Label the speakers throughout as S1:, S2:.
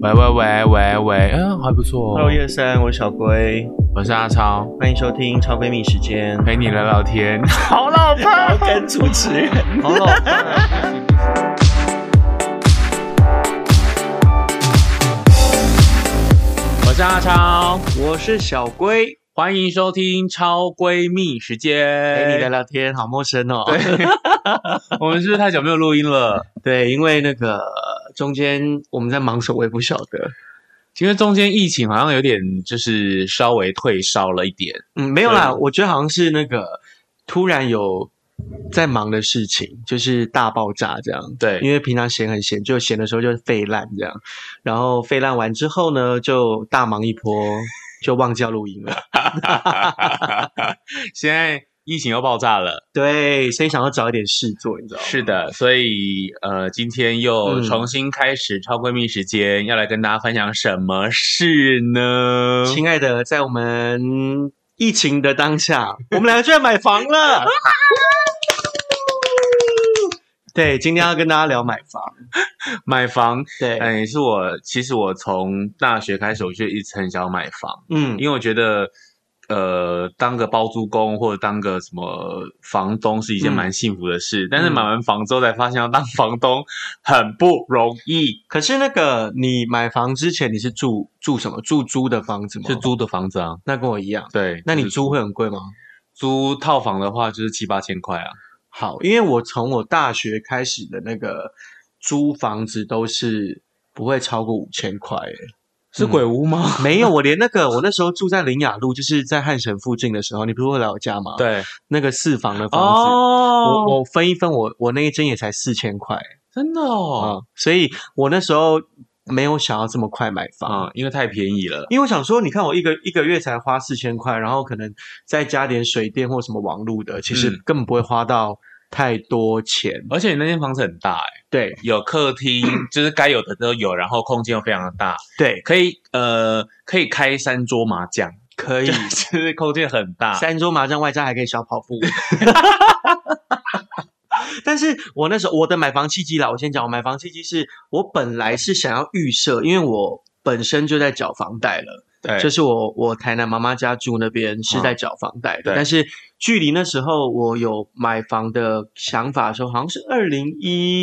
S1: 喂喂喂喂喂，嗯，还不错、
S2: Hello，
S1: 哦。
S2: 叶三，我是小龟，
S1: 我是阿超，
S2: 欢迎收听超闺蜜时间。
S1: 陪你聊聊 天。好老婆，
S2: 要跟主持人，好老派。
S1: 我是阿超，
S2: 我是小龟，
S1: 欢迎收听超闺蜜时间。
S2: 陪你聊。聊天，好陌生哦。
S1: 我们是不是太久没有录音了？
S2: 对，因为那个中间我们在忙什么，我也不晓得。
S1: 因为中间疫情好像有点就是稍微退烧了一点。
S2: 嗯，没有啦，
S1: 对
S2: 我觉得好像是那个突然有在忙的事情，就是大爆炸这样。因
S1: 对，
S2: 为平常闲很闲，就闲的时候就是废烂这样，然后废烂完之后呢，就大忙一波，就忘记要录音了。
S1: 现在疫情又爆炸了。
S2: 对，所以想要找一点事做，你知道吗？
S1: 是的，所以呃，今天又
S2: 嗯
S1: 重新开始超闺蜜时间，要来跟大家分享什么事呢？
S2: 亲爱的，在我们疫情的当 下，我们两个居然买房了。 对，今天要跟大家聊买房。
S1: 买房
S2: 对，
S1: 哎，是我其实我从大学开始我就一直很想要买房，
S2: 嗯
S1: 因为我觉得，呃，当个包租公或者当个什么房东是一件
S2: 嗯
S1: 蛮幸福的事，但是
S2: 嗯
S1: 买完房之后才发现要当房东很不容易，
S2: 可是那个你买房之前你是住住什么？住租的房子吗？
S1: 是，租的房子啊，
S2: 那跟我一样。
S1: 对，
S2: 那你
S1: 就是
S2: 租会很贵吗？
S1: 租套房的话就是七八千块啊，
S2: 好，因为我从我大学开始的那个租房子都是不会超过五千块耶，
S1: 是
S2: 嗯
S1: 鬼屋吗？
S2: 没有，我连那个我那时候住在林雅路，就是在汉神附近的时候，你不是会来我家吗？，
S1: 嗯对，
S2: 那个四房的房子，
S1: 哦，
S2: 我我分一分，我我那一间也才四千块
S1: 真的
S2: 啊、
S1: 哦，
S2: 嗯所以我那时候没有想要这么快买房。
S1: 嗯，因为太便宜了，
S2: 因为我想说，你看我一个一个月才花四千块，然后可能再加点水电或什么网路的，其实
S1: 嗯
S2: 根本不会花到太多钱。
S1: 而且你那间房子很大哎、
S2: 对
S1: 有客厅， 就是该有的都有，然后空间又非常的大。
S2: 对，
S1: 可以呃，可以开三桌麻将，
S2: 可以
S1: 就。是空间很大。
S2: 啊三桌麻将外加还可以小跑 步。但是我那时候我的买房契机啦，我先讲，我买房契机是我本来是想要预设，因为我本身就在缴房贷了，
S1: 对嗯
S2: 就是我我台南妈妈家住那边是在缴房贷的，
S1: 对
S2: 但是距离那时候我有买房的想法的时候，好像是二零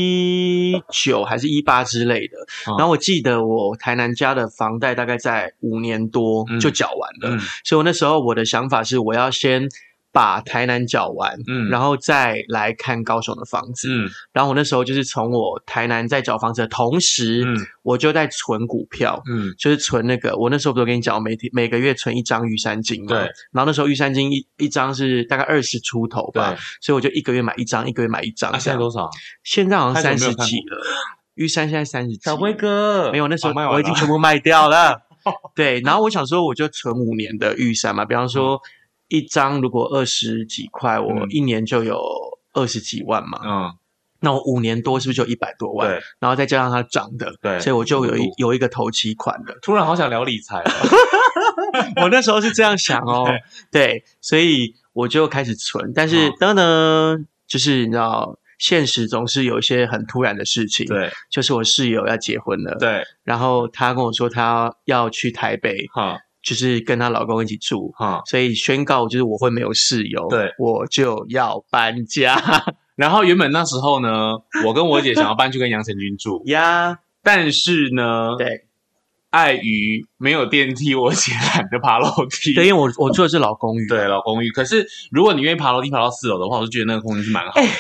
S2: 一九还是一八之类的，
S1: 嗯
S2: 然后我记得我台南家的房贷大概在五年多
S1: 嗯
S2: 就缴完了，
S1: 嗯
S2: 所以我那时候我的想法是，我要先把台南缴完，
S1: 嗯
S2: 然后再来看高雄的房子。
S1: 嗯
S2: 然后我那时候就是从我台南在缴房子的同时，
S1: 嗯
S2: 我就在存股票。
S1: 嗯
S2: 就是存那个，我那时候不是跟你讲，我每天每个月存一张玉山金嘛。
S1: 对
S2: 然后那时候玉山金一一张是大概二十出头
S1: 对。
S2: 吧，所以我就一个月买一张，一个月买一张
S1: 啊，
S2: 这
S1: 现在
S2: 样。
S1: 多少？
S2: 现在好像
S1: 太
S2: 三
S1: 久没有
S2: 十
S1: 看过
S2: 几了，玉山现在三十几。
S1: 小龟哥
S2: 没有，那时候
S1: 哦卖完了
S2: 我已经全部卖 掉了。对，然后我想说，我就存五年的预算嘛，比方说一张如果二十几块，我
S1: 嗯
S2: 一年就有二十几万嘛，
S1: 嗯，
S2: 那我五年多是不是就一百多万
S1: 对？，
S2: 然后再加上它涨的，
S1: 对
S2: 所以我就有
S1: 差
S2: 一
S1: 不多。
S2: 有一个头期款的
S1: 突然好想聊理财啊 了。
S2: 我那时候是这样想哦，对，所以我就开始存，但是
S1: 好
S2: 当然就是你知道。现实总是有一些很突然的事情，，
S1: 对
S2: 就是我室友要结婚了，，
S1: 对，
S2: 然后她跟我说她要去台北，
S1: 哈
S2: 就是跟她老公一起住，
S1: 哈。
S2: 所以宣告就是我会没有室友，
S1: 对，
S2: 我就要 搬家
S1: 然后原本那时候呢，我跟我姐想要搬去跟杨成军住，
S2: 呀。
S1: 但是呢，
S2: 对，
S1: 碍于没有电梯，我姐懒得爬楼梯。
S2: 对，因为我我住的是老公寓，
S1: 对，，老公寓。可是如果你愿意爬楼梯爬到四楼的话，我就觉得那个空间是蛮
S2: 哎
S1: 好的。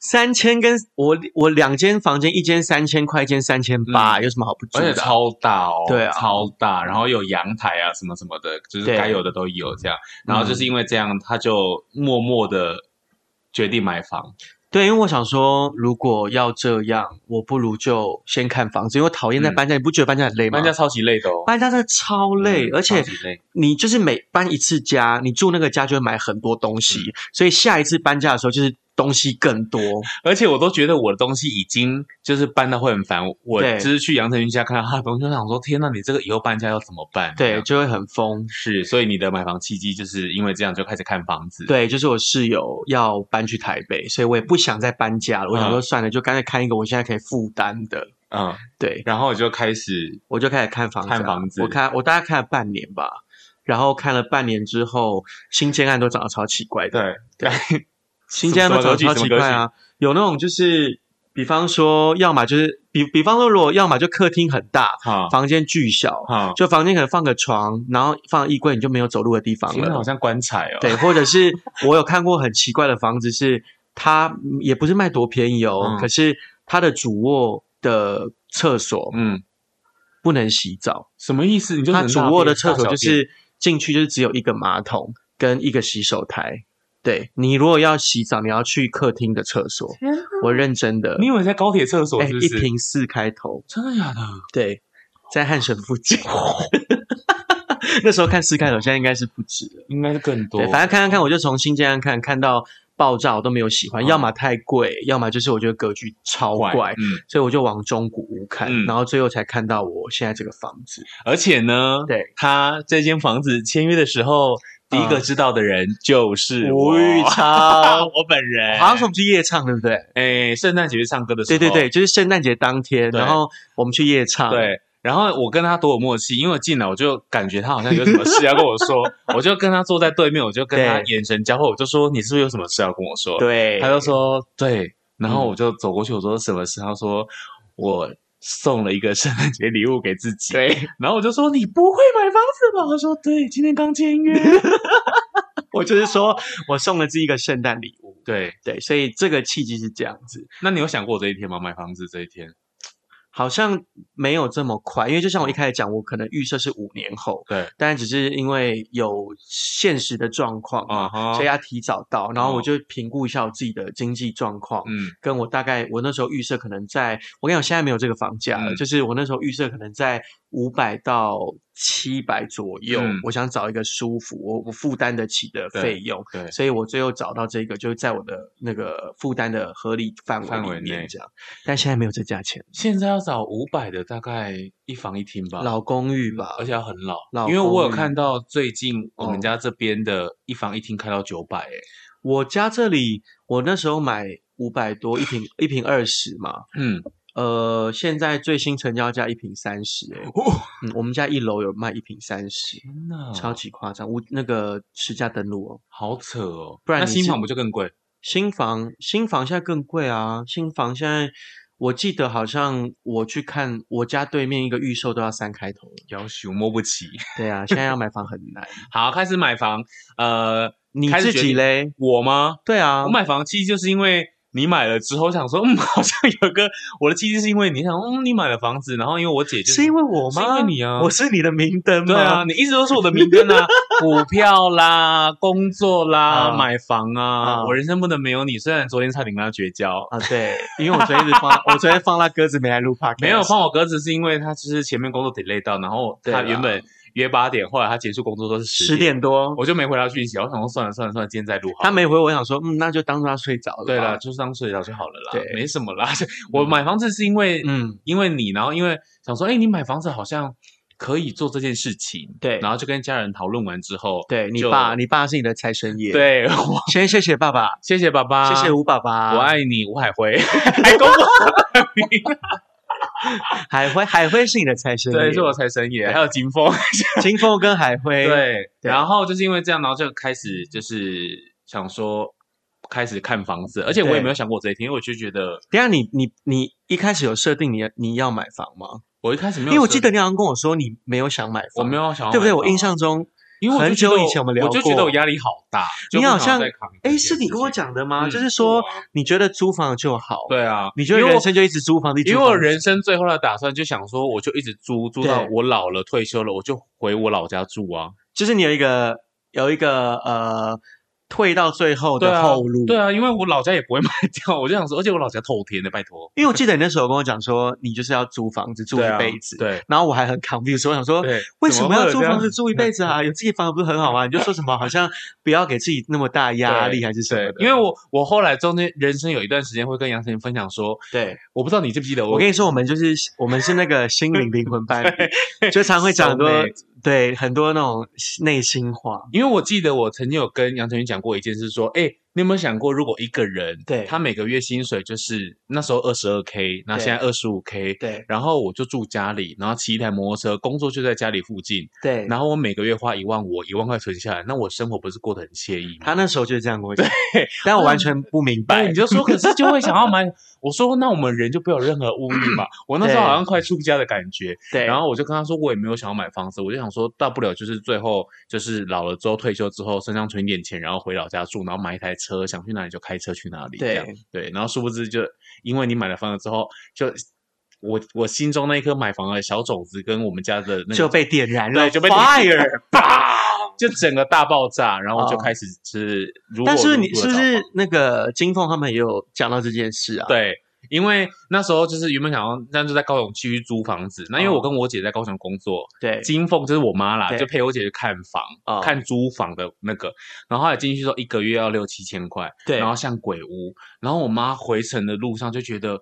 S2: 三千跟我我两间房间，一间三千块，一间三千八，有什么好不住
S1: 嗯而且
S2: 的啊？
S1: 超大哦，
S2: 对啊
S1: 超大，然后有阳台啊，什么什么的，就是
S2: 对
S1: 该有的都有这样。然后
S2: 嗯
S1: 就是因为这样，他就默默的决定买房。
S2: 对，因为我想说，如果要这样，我不如就先看房子，因为我讨厌在
S1: 嗯
S2: 搬家，你不觉得搬家很累吗？
S1: 搬家超级累的哦，
S2: 搬家真的超累，
S1: 嗯
S2: 而且
S1: 超级累
S2: 你就是每搬一次家，你住那个家就会买很多东西，
S1: 嗯
S2: 所以下一次搬家的时候就是东西 更多。
S1: 而且我都觉得我的东西已经就是搬到会很烦。我
S2: 对
S1: 就是去杨成云家看到他的东西，就想说：天呐，你这个以后搬家要怎么办？这
S2: 对，
S1: 样，
S2: 就会很疯。
S1: 是，所以你的买房契机就是因为这样就开始看房子。，
S2: 对，就是我室友要搬去台北，所以我也不想再搬家了。我想说，算了，就干脆看一个我现在可以负担的。
S1: 嗯，
S2: 对，
S1: 然后我就开始，
S2: 我就开始看房子啊，
S1: 看房子
S2: 我看我大概看了半年吧，然后看了半年之后，新建案都长得超奇怪的，
S1: 对对，
S2: 新建案都长得超奇怪啊，有那种就是，比方说，要么就是比比方说，如果要么就客厅很大，
S1: 好
S2: 房间巨小，
S1: 好，
S2: 就房间可能放个床，然后放衣柜，你就没有走路的地方
S1: 天哪，好
S2: 了。
S1: 像棺材哦，
S2: 对，或者是我有看过很奇怪的房子是，它也不是卖多便宜哦，
S1: 嗯
S2: 可是它的主卧的厕所
S1: 嗯，
S2: 不能洗澡，
S1: 什么意思？你就
S2: 它
S1: 只能
S2: 主
S1: 大
S2: 卧
S1: 便
S2: 的厕所
S1: 大小
S2: 就
S1: 便
S2: 是进去就是只有一个马桶跟一个洗手台。对你如果要洗澡，你要去客厅的厕所。我认真的，
S1: 你以为在高铁厕所
S2: 哎、
S1: 是不
S2: 一
S1: 是？
S2: 平四开头，
S1: 真的假的？
S2: 对，在汉神附近。 那时候看四开头，现在应该是不止了。
S1: 应该是更多
S2: 对，。反正看看看，我就从新建案看看到爆炸，我都没有喜欢，
S1: 嗯
S2: 要么太贵，要么就是我觉得格局超怪，
S1: 嗯，
S2: 所以我就往中古屋看，
S1: 嗯
S2: 然后最后才看到我现在这个房子。
S1: 而且呢，
S2: 对，嗯
S1: 他这间房子签约的时候，第一个知道的人就是
S2: 吴
S1: 我
S2: 玉超，
S1: 我本人。
S2: 好像是我们去夜唱，对不对？哦
S1: 哎，圣诞节唱歌的时
S2: 哎对
S1: 候，
S2: 对对，就是圣诞节当天，
S1: 对
S2: 然后我们去夜唱，，
S1: 对。然后我跟他多有默契，因为我进来我就感觉他好像有什么事要跟我 说，我就跟他坐在对面，我就跟他
S2: 对
S1: 眼神交汇，我就说你是不是有什么事要跟我说？
S2: 对，
S1: 他就说对，然后
S2: 嗯
S1: 我就走过去，我说什么事？他说我送了一个圣诞节礼物给自己。
S2: 对，
S1: 然后我就说你不会买房子吧？他说对，今天刚签约。
S2: 我就是说我送了自己一个圣诞礼物，
S1: 对，
S2: 对，所以这个契机是这样子。
S1: 那你有想过这一天吗？买房子这一天？
S2: 好像没有这么快，因为就像我一开始讲，我可能预设是五年后，
S1: 对，
S2: 但只是因为有现实的状况嘛，
S1: 啊哈，
S2: 所以哦要提早到，然后我
S1: 哦
S2: 就评估一下我自己的经济状况。
S1: 嗯
S2: 跟我大概，我那时候预设可能在，我跟你讲，现在没有这个房价了，
S1: 嗯
S2: 就是我那时候预设可能在五百到七百左右，
S1: 嗯
S2: 我想找一个舒服，我我负担得起的
S1: 对
S2: 费用，
S1: 对
S2: 所以我最后找到这个，就是在我的那个负担的合理范
S1: 范
S2: 围
S1: 围
S2: 里面
S1: 内
S2: 这样，但现在没有这价钱。
S1: 现在要找五百的，大概一房一厅吧。
S2: 老公寓吧，
S1: 而且要很老，
S2: 老
S1: 啊因为我有
S2: 公寓
S1: 看到最近我
S2: 哦
S1: 们家这边的一房一厅开到九百，哎，
S2: 我家这里我那时候买五百多一瓶，一瓶二十嘛，
S1: 嗯，
S2: 呃，现在最新成交价一瓶三十，
S1: 哦
S2: 哎，嗯，我们家一楼有卖一瓶三十，
S1: 天哪，
S2: 超级夸张，我那个实价登录哦，
S1: 好扯哦，
S2: 不然
S1: 那
S2: 你
S1: 新
S2: 是
S1: 房不就更贵？
S2: 新房新房现在更贵啊，新房现在。我记得好像我去看我家对面一个预售都要三开头了，
S1: 要求摸不起。
S2: 对啊，现在要买房很难。
S1: 好，开始买房，呃，
S2: 你
S1: 开始
S2: 自
S1: 决
S2: 己
S1: 定
S2: 嘞？
S1: 我吗？
S2: 对啊
S1: 我，买房其实就是因为你买了之后想说，嗯， 好像有个我的契机是因为你想，嗯，你买了房子，然后因为我姐就是
S2: 因为我
S1: 是
S2: 吗？
S1: 因为你啊
S2: 我是你的明灯吗？
S1: 对啊，，你一直都是我的名根 啊，股票啦，工作啦，
S2: 啊
S1: 买房啊，
S2: 啊
S1: 我人生不能没有你。虽然昨天差点跟他绝交，
S2: 啊，对，因为我昨天一直放，我昨天放那鸽子没来录 p
S1: 没有放我鸽子是因为他就是前面工作 delay 到，然后
S2: 啊对啦啊
S1: 他原本约八点，后来他结束工作都是
S2: 十
S1: 十点，
S2: 点多，
S1: 我就没回他讯息，我想说算了算了算了，今天再录好了。
S2: 他没回，我想说，嗯，那就当做他睡着了。
S1: 对啦，，就当睡着就好了啦，
S2: 对
S1: 没什么 啦。我买房子是因为、
S2: 嗯，
S1: 因为你，然后因为想说，哎、你买房子好像可以做这件事情，
S2: 对
S1: 然后就跟家人讨论完之后，
S2: 对你
S1: 就
S2: 爸，，你爸是你的财神爷。，
S1: 对啊我
S2: 先谢谢爸爸，
S1: 谢谢爸爸，
S2: 谢谢吴爸爸，
S1: 我爱你，吴海 辉，还公公，
S2: 海辉，海辉是你的财神爷，
S1: 对，是我财神爷，
S2: 对
S1: 还有金峰，
S2: 金凤跟海辉，，
S1: 对，
S2: 对
S1: 然后就是因为这样，然后就开始就是想说。开始看房子，而且我也
S2: 对
S1: 没有想过这一天，因为我就觉得
S2: 等一下你你你一开始有设定你你要买房吗？
S1: 我一开始没有
S2: 因
S1: 设，
S2: 为我记得你好像跟我说你没有想买
S1: 我
S2: 房，
S1: 没，有想要买房啊，
S2: 对不对？我印象中，
S1: 因为我就
S2: 很
S1: 觉
S2: 久
S1: 得
S2: 以前我们聊
S1: 我就觉
S2: 过
S1: 得我压力好大。就
S2: 你
S1: 不
S2: 好
S1: 想要
S2: 像
S1: 再扛这
S2: 哎，
S1: 件
S2: 是你
S1: 事
S2: 跟我
S1: 情，
S2: 讲的吗？
S1: 嗯
S2: 就是说
S1: 是我啊
S2: 你觉得租房就好，
S1: 对啊，
S2: 你觉得
S1: 因为
S2: 人
S1: 我
S2: 生就一直租房地，
S1: 因为
S2: 租房
S1: 我
S2: 地
S1: 人生最后的打算就想说，我就一直租租到
S2: 对
S1: 我老了退休了，我就回我老家住啊。
S2: 就是你有一个有一个呃，退到最后
S1: 对
S2: 的
S1: 啊，
S2: 后路。
S1: 对啊，因为我老家也不会卖 掉，我就想说，而且我老家透天的，拜托，
S2: 因为我记得你那时候跟我讲说，你就是要租房子住
S1: 对
S2: 一
S1: 啊
S2: 辈子。
S1: 对
S2: 然后我还很 confused，我想说，
S1: 对，
S2: 为什么
S1: 会
S2: 要
S1: 有
S2: 租
S1: 这样
S2: 房子？住一辈 子啊？有自己房子不是很好吗？你就说什么好像不要给自己那么大压力还是什么
S1: 对
S2: 的？，
S1: 因为我我后来中间人生有一段时间会跟杨丞琳分享说，
S2: 对，
S1: 我不知道你记不记得
S2: 我跟你说，我们就是我们是那个心灵灵魂伴侣，就常会讲很多
S1: Soulmate
S2: 对很多那种内心话。
S1: 因为我记得我曾经有跟杨丞琳讲过一件事，说，哎、你有没有想过，如果一个人
S2: 对
S1: 他每个月薪水就是那时候二十二 k，那现在二十五 k，
S2: 对
S1: 然后我就住家里，然后骑一台摩托车，工作就在家里附近，
S2: 对，
S1: 然后我每个月花一万五，一万块存下来，那我生活不是过得很惬意吗？
S2: 他那时候就是这样跟我讲，但我完全不明 白
S1: 对，你。就说，可是就会想要买。我说，那我们人就不要有任何物欲嘛。我那时候
S2: 对
S1: 好像快出家的感觉，
S2: 对，
S1: 然后我就跟他说，我也没有想要买房子，我就想说，大不了就是最后就是老了之后退休之后，身上存一点钱，然后回老家住，然后买一台车，想去哪里就开车去哪里，这样
S2: 对
S1: 对。然后殊不知就因为你买了房子之后，就我我心中那一颗买房的小种子跟我们家的那个
S2: 就被点燃了，
S1: 对就被
S2: fire 吧。
S1: 就整个大爆炸，然后我就
S2: 哦
S1: 开始是如火
S2: 但是你
S1: 如荼地
S2: 是不
S1: 找
S2: 是
S1: 房
S2: 那个金凤他们也有讲到这件事啊？
S1: 对？因为那时候就是原本想要，那就在高雄区租房子。那因为
S2: 哦
S1: 我跟我姐在高雄工作，
S2: 对
S1: 金凤就是我妈啦，
S2: 对
S1: 就陪我姐去看房，
S2: 哦
S1: 看租房的那个。然后后来进去之后，一个月要六七千块，
S2: 对
S1: 然后像鬼屋。然后我妈回程的路上就觉得。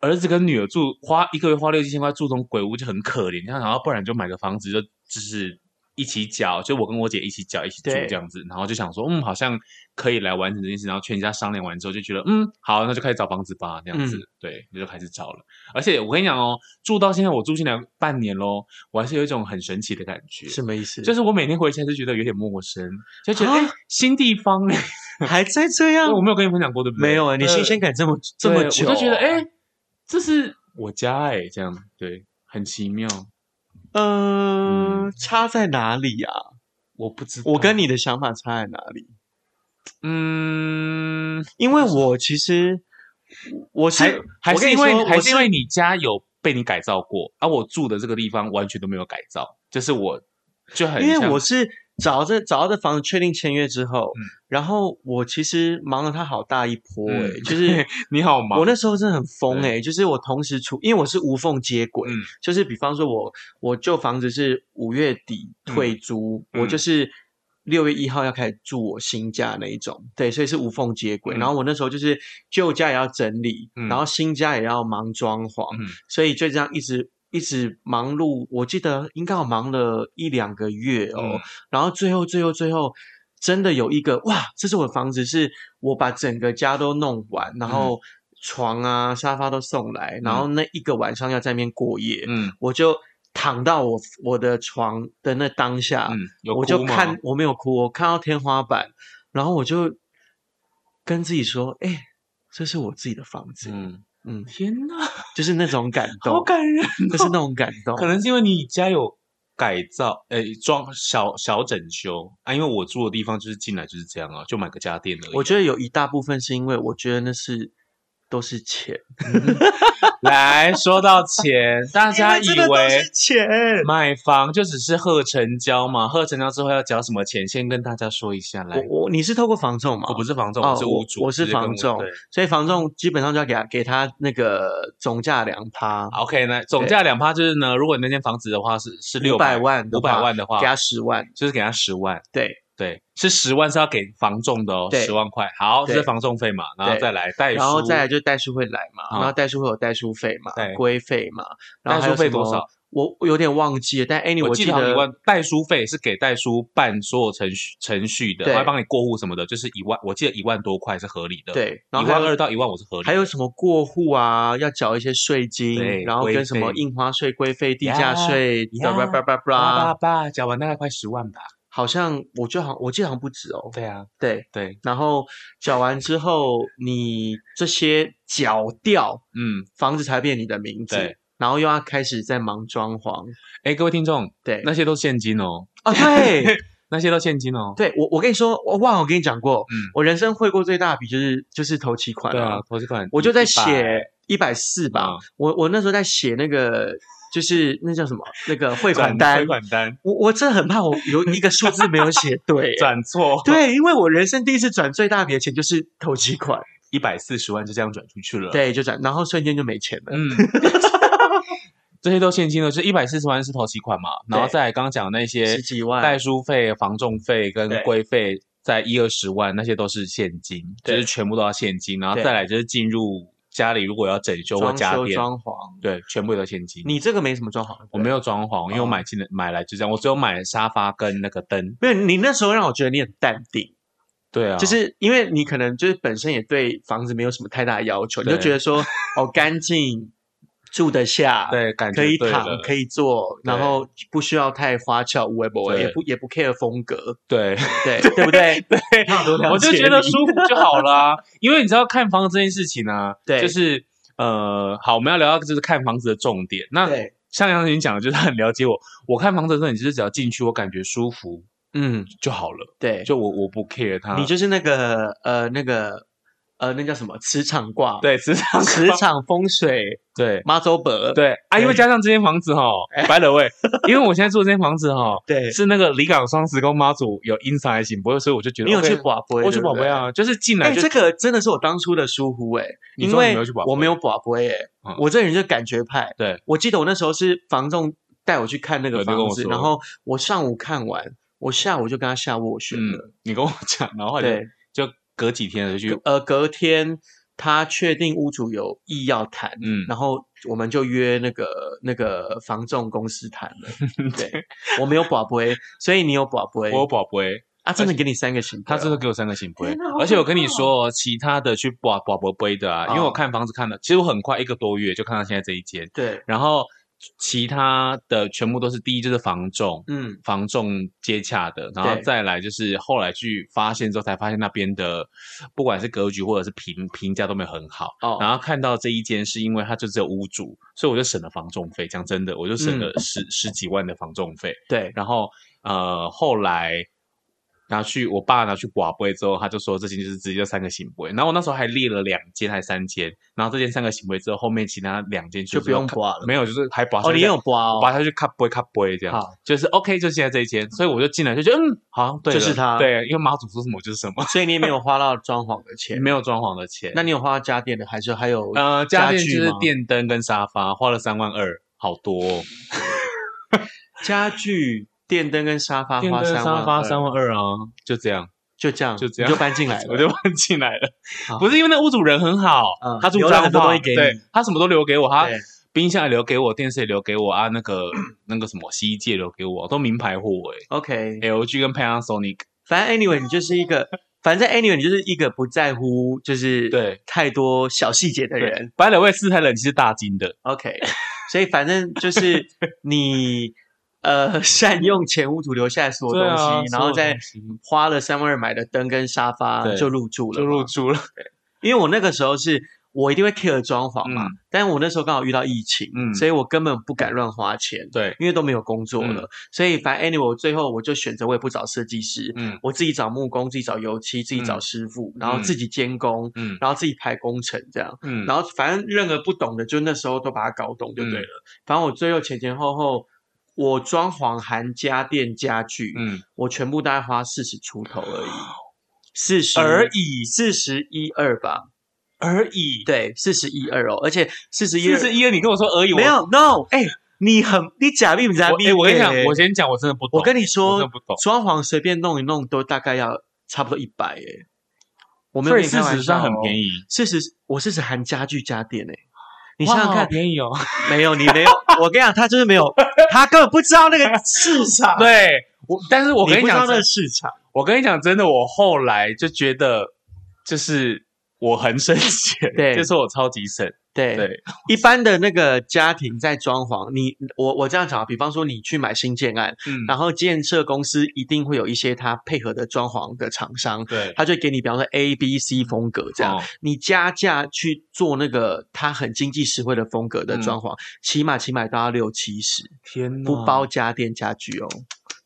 S1: 儿子跟女儿住花一个月花六七千块住这种鬼屋就很可怜，然后不然就买个房子就就是一起缴，就我跟我姐一起缴一起住
S2: 对
S1: 这样子，然后就想说嗯好像可以来完成这件事，然后全家商量完之后就觉得嗯好那就开始找房子吧这样子，
S2: 嗯
S1: 对，那就开始找了。而且我跟你讲哦，住到现在我住进来半年喽，我还是有一种很神奇的感觉，
S2: 什么意思？
S1: 就是是我每天回家就觉得有点陌生，就觉得
S2: 啊
S1: 哎、新地方哎、
S2: 还在这样
S1: 对，我没有跟你分享过对不对？
S2: 没有啊？你
S1: 对
S2: 新鲜感这么这
S1: 对
S2: 么久，啊
S1: 我就觉得哎、这是我家哎、这样对，很奇妙，
S2: 嗯
S1: 嗯，
S2: 差在哪里啊？
S1: 我不知道，
S2: 我跟你的想法差在哪里？
S1: 嗯，
S2: 因为我其实我
S1: 还
S2: 是
S1: 还
S2: 我
S1: 是
S2: 跟你
S1: 因为
S2: 说
S1: 还
S2: 我
S1: 是因为你家有被你改造过，而、我住的这个地方完全都没有改造，就是我就很
S2: 因为
S1: 像
S2: 我是找这找到这房子确定签约之后
S1: 嗯，
S2: 然后我其实忙了他好大一波
S1: 嗯
S2: 哎， 就是。
S1: 你好忙，
S2: 我那时候真的很疯哎、
S1: 对
S2: 就是我同时出，因为我是无缝接轨，
S1: 嗯
S2: 就是比方说我我旧房子是五月底退租，
S1: 嗯
S2: 我就是六月一号要开始住我新家那一种，对，所以是无缝接轨。
S1: 嗯
S2: 然后我那时候就是旧家也要整理，
S1: 嗯
S2: 然后新家也要忙装潢，
S1: 嗯
S2: 所以就这样一直。一直忙碌，我记得应该我忙了一两个月哦，
S1: 嗯
S2: 然后最后最后最后，真的有一个哇，这是我的房子，是我把整个家都弄完，
S1: 嗯
S2: 然后床啊、沙发都送来，然后那一个晚上要在那边过夜，
S1: 嗯
S2: 我就躺到我我的床的那当下，
S1: 嗯，有
S2: 我就
S1: 哭吗
S2: 看我没有哭，我看到天花板，然后我就跟自己说，哎、这是我自己的房子，嗯
S1: 嗯，天哪，
S2: 就是那种感
S1: 好
S2: 动，
S1: 感人哦、
S2: 就是那种感动，
S1: 可能是因为你家有改造，呃，装小小整修啊。因为我住的地方就是进来就是这样啊，就买个家电而已。
S2: 我觉得有一大部分是因为我觉得那是都是钱。
S1: 来说到钱，大家以为
S2: 钱，
S1: 买房就只是贺成交嘛？贺成交之后要交什么钱？先跟大家说一下来。
S2: 我我你是透过房仲吗？
S1: 我不
S2: 是
S1: 是房仲，
S2: 哦
S1: 我是屋主，
S2: 我我
S1: 直
S2: 是
S1: 接跟
S2: 房仲
S1: 对
S2: 所以房仲基本上就要给他给他那个总价两趴，
S1: OK，那总价两趴就是呢，如果你那间房子的话是是六
S2: 百万的
S1: 五
S2: 话
S1: 百万的话
S2: 给，他十万，
S1: 就是给他十万。
S2: 对
S1: 对，是十万是要给房仲的哦，
S2: 对
S1: 十万块，好，这
S2: 对
S1: 是房仲费嘛，然后
S2: 对
S1: 再来代书，
S2: 然后再来就代书会来
S1: 嗯
S2: 嘛，然后代书会有代书费嘛
S1: 对，
S2: 规费嘛，然后
S1: 代
S2: 还有
S1: 书费
S2: 什么
S1: 多少？
S2: 我我有点忘记了，但 anyway
S1: 我
S2: 记
S1: 记得好像一万，代书费是给代书办所有程序程序的，
S2: 对
S1: 还帮你过户什么的，就是一万，我记得一万多块是合理的，，
S2: 对，然
S1: 一
S2: 后还
S1: 万二
S2: 有
S1: 到一万五是合理的，
S2: 还有什么过户啊，要缴一些税金，
S1: 对
S2: 然后跟
S1: 规
S2: 什么
S1: 费
S2: 印花税、规费、地价
S1: 呀
S2: 税，
S1: 呀
S2: 叭叭
S1: 八
S2: 叭
S1: 八
S2: 叭，
S1: 八，缴完大概快十万吧，
S2: 好像我就好，我记得好像不止哦，
S1: 对啊，
S2: 对。
S1: 对，
S2: 然后缴完之后，你这些缴掉，
S1: 嗯，
S2: 房子才变你的名字
S1: 对，
S2: 然后又要开始在忙装潢。
S1: 哎，各位听众，
S2: 对，
S1: 那些都现金哦，
S2: 哦，对，
S1: 那些都现金哦，
S2: 对我我跟你说，我忘了我跟你讲过，
S1: 嗯，
S2: 我人生汇过最大笔就是就是头期款
S1: 对啊，，投资款，
S2: 我就
S1: 100，
S2: 在写一百四吧
S1: 嗯，
S2: 我我那时候在写那个就是那叫什么那个汇款
S1: 转
S2: 单
S1: 汇，款单
S2: 我我真的很怕我有一个数字没 有写对。
S1: 转错，
S2: 对，因为我人生第一次转最大笔的钱就是头期款，
S1: 一百四十万就这样转出去了，，
S2: 对，就转，然后瞬间就没钱了。
S1: 嗯。 这些都现金的，就一百四十万是头期款嘛，然后
S2: 对
S1: 再来刚刚讲的那些
S2: 十几万，
S1: 代书费、房仲费跟
S2: 对
S1: 规费在一二十万，那些都是现金，就
S2: 对
S1: 是全部都要现金，然后
S2: 对
S1: 再来就是进入家里如果要整修或
S2: 装
S1: 家
S2: 修
S1: 电，
S2: 装潢。
S1: 对，全部都现金。
S2: 你这个没什么装潢，
S1: 我没有装潢，因为我
S2: 哦
S1: 买进来买来就这样，我只有买沙发跟那个灯。
S2: 没有。你那时候让我觉得你很淡定，
S1: 对啊，
S2: 就是因为你可能就是本身也对房子没有什么太大的要求，你
S1: 对
S2: 就觉得说哦干净，住 得下，
S1: 啊对，感觉
S2: 可以
S1: 对
S2: 躺
S1: 了
S2: 可以坐，然
S1: 对
S2: 后不需要太花俏，无微不微，
S1: 对
S2: 也不也不 care 风格，
S1: 对，
S2: 对对不对？对
S1: 我就觉得舒服就好啦。 因为你知道看房这件事情啊，
S2: 对
S1: 就是呃，好，我们要聊到就是看房子的重点。那
S2: 对，
S1: 像杨婷讲的，就是他很了解我。我看房子的时候，你就是只要进去，我感觉舒服
S2: 嗯，
S1: 就好了，
S2: 对，
S1: 就啊我我不 care 他。
S2: 你就是那个呃那个呃那叫什么磁场卦，，
S1: 对磁场
S2: 磁场风水
S1: 对
S2: 妈祖伯，
S1: 对啊，因为
S2: 对哎
S1: 加上这间房子哈，白了喂，因为我现在住的这间房子哈。
S2: 对，
S1: 是那个离港双时宫妈祖有 inside 行不会，所以我就觉得
S2: 你有去
S1: OK，
S2: 寡杯，
S1: 我去
S2: 对不
S1: 宝贝
S2: 对
S1: 啊，就是进来
S2: 哎、
S1: 就
S2: 这个真的是我当初的疏忽哎、
S1: 你
S2: 因
S1: 说你
S2: 为
S1: 没有去拔
S2: 我
S1: 杯
S2: 没有把杯哎
S1: 嗯，
S2: 我这人就感觉派。
S1: 对，
S2: 我记得我那时候是房仲带我去看那
S1: 对
S2: 个
S1: 就跟
S2: 房
S1: 我
S2: 子，
S1: 说
S2: 然后我上午看完，我下午就跟他下斡旋
S1: 嗯
S2: 了。，
S1: 你跟我讲，然后后来
S2: 对，
S1: 就就隔几天就去
S2: 呃，隔天他确定屋主有意要谈，
S1: 嗯，
S2: 然后我们就约那个那个房仲公司谈 了。对，我没有把杯，所以你有把杯
S1: 我有宝贝，
S2: 啊，真的给你三个哦星，
S1: 他真的给我三个醒杯
S2: 天哪好，
S1: 而且我跟你
S2: 可怕哦
S1: 说，其他的去宝宝宝杯的啊，因为我
S2: 哦
S1: 看房子看了，其实我很快一个多月就看到现在这一间，
S2: 对，
S1: 然后其他的全部都是第一就是房仲。
S2: 嗯，
S1: 房仲接洽的，然后
S2: 对
S1: 再来就是后来去发现之后，才发现那边的不管是格局或者是评评价都没有很好。
S2: 哦，
S1: 然后看到这一间是因为它就只有屋主，所以我就省了房仲费。讲真的，我就省
S2: 嗯
S1: 了十、十几万的房仲费。
S2: 对，
S1: 然后呃，后来拿去我爸拿去刮杯之后，他就说这间就是直接三个醒杯。然后我那时候还列了两间还三间，然后这间三个醒杯之后，后面其他两间
S2: 就不
S1: 是
S2: 用
S1: 看
S2: 拔了。
S1: 没有，就是还拔下
S2: 哦，你
S1: 去
S2: 有刮哦，
S1: 拔下去看杯看杯这样
S2: 好，
S1: 就是 OK，就现在这一间，所以我就进来就觉得嗯，好，对了，
S2: 就是它
S1: 对，因为马祖说什么我就是什么，
S2: 所以你也没有花到装潢的 钱。
S1: 没有装潢的钱。
S2: 那你有花到家电的，还是还有？
S1: 呃，家
S2: 家
S1: 电
S2: 具
S1: 就是
S2: 吗
S1: 电灯跟沙发，花了三万二，好多、哦。
S2: 家具、电灯跟沙发
S1: 电
S2: 花
S1: 灯、
S2: 三
S1: 沙
S2: 万
S1: 发
S2: 二，
S1: 三万二啊，就这样，
S2: 就这样，
S1: 就这样
S2: 你就搬进来 了。
S1: 我就搬进来了。
S2: 好
S1: 不是因为那屋主人很好，
S2: 嗯
S1: 他住
S2: 留了
S1: 彰
S2: 很多东
S1: 化，
S2: 西给
S1: 对
S2: 你，
S1: 他什么都留给我，他
S2: 对
S1: 冰箱也留给我，电视也留给我啊，那个那个什么洗衣机也留给我，都名牌货诶、
S2: OK，
S1: LG 跟 Panasonic，
S2: 反正 anyway 你就是一个，反正 anyway 你就是一个不在乎就是
S1: 对
S2: 太多小细节的人。
S1: 白了位四台冷气是大金的，
S2: OK，所以反正就是你呃善用前屋主留下来所有
S1: 对
S2: 东西，
S1: 啊所
S2: 然
S1: 有
S2: 后再
S1: 东西
S2: 花了三万二买的灯跟沙发
S1: 对
S2: 就入住了
S1: 就
S2: 嘛，
S1: 入住 了。
S2: 因为我那个时候是我一定会 care 装潢嘛，
S1: 嗯
S2: 但我那时候刚好遇到疫情，
S1: 嗯
S2: 所以我根本不敢乱花钱，
S1: 对，
S2: 因为都没有工作
S1: 嗯
S2: 了，所以反正 anyway，我最后我就选择我也不找设计师，
S1: 嗯
S2: 我自己找木工，自己找油漆，自己找
S1: 嗯
S2: 师傅，然后
S1: 嗯
S2: 自己监工，
S1: 嗯
S2: 然后自己排工程这样。
S1: 嗯，
S2: 然后反正任何不懂的，就那时候都把它搞懂就对了。反正我最后前前后后，我装潢含家电家具，
S1: 嗯哦
S2: 我全部大概花四十出头而已，四十
S1: 而已
S2: 四十一二吧，
S1: 而已，
S2: 对，四十一二哦，而且四十一
S1: 四十一，你跟我说而已，我
S2: 没有 no，哎、你很你假币不假
S1: 我
S2: 币、
S1: 哎我跟你讲
S2: 欸，
S1: 我先讲，我真的不懂，
S2: 我跟你
S1: 我真
S2: 说
S1: 的不懂，
S2: 装潢随便弄一弄都大概要差不多一百哎，我没有
S1: 所以
S2: 跟你
S1: 四
S2: 开玩
S1: 十算
S2: 笑、哦，
S1: 很便
S2: 宜，
S1: 宜。
S2: 四十我四十含家具家电哎、你
S1: 你
S2: 想想看，
S1: 便宜哦。
S2: 没有你没有，我跟你讲，他就是 没有，他根本不知道那个市场，
S1: 对，我但是我
S2: 你
S1: 跟
S2: 不知
S1: 讲
S2: 道那
S1: 真，
S2: 个市场，
S1: 我跟你讲真的，我后来就觉得，就是我很省钱，
S2: 对
S1: 就是我超级省，
S2: 对
S1: 对，
S2: 一般的那个家庭在装潢，你我我这样讲啊，比方说你去买新建案，
S1: 嗯，
S2: 然后建设公司一定会有一些它配合的装潢的厂商，
S1: 对，
S2: 它就给你比方说 A、B、C 风格这样，
S1: 哦
S2: 你加价去做那个它很经济实惠的风格的
S1: 嗯
S2: 装潢，起码起码都要六七十，
S1: 天
S2: 不包家电家具哦。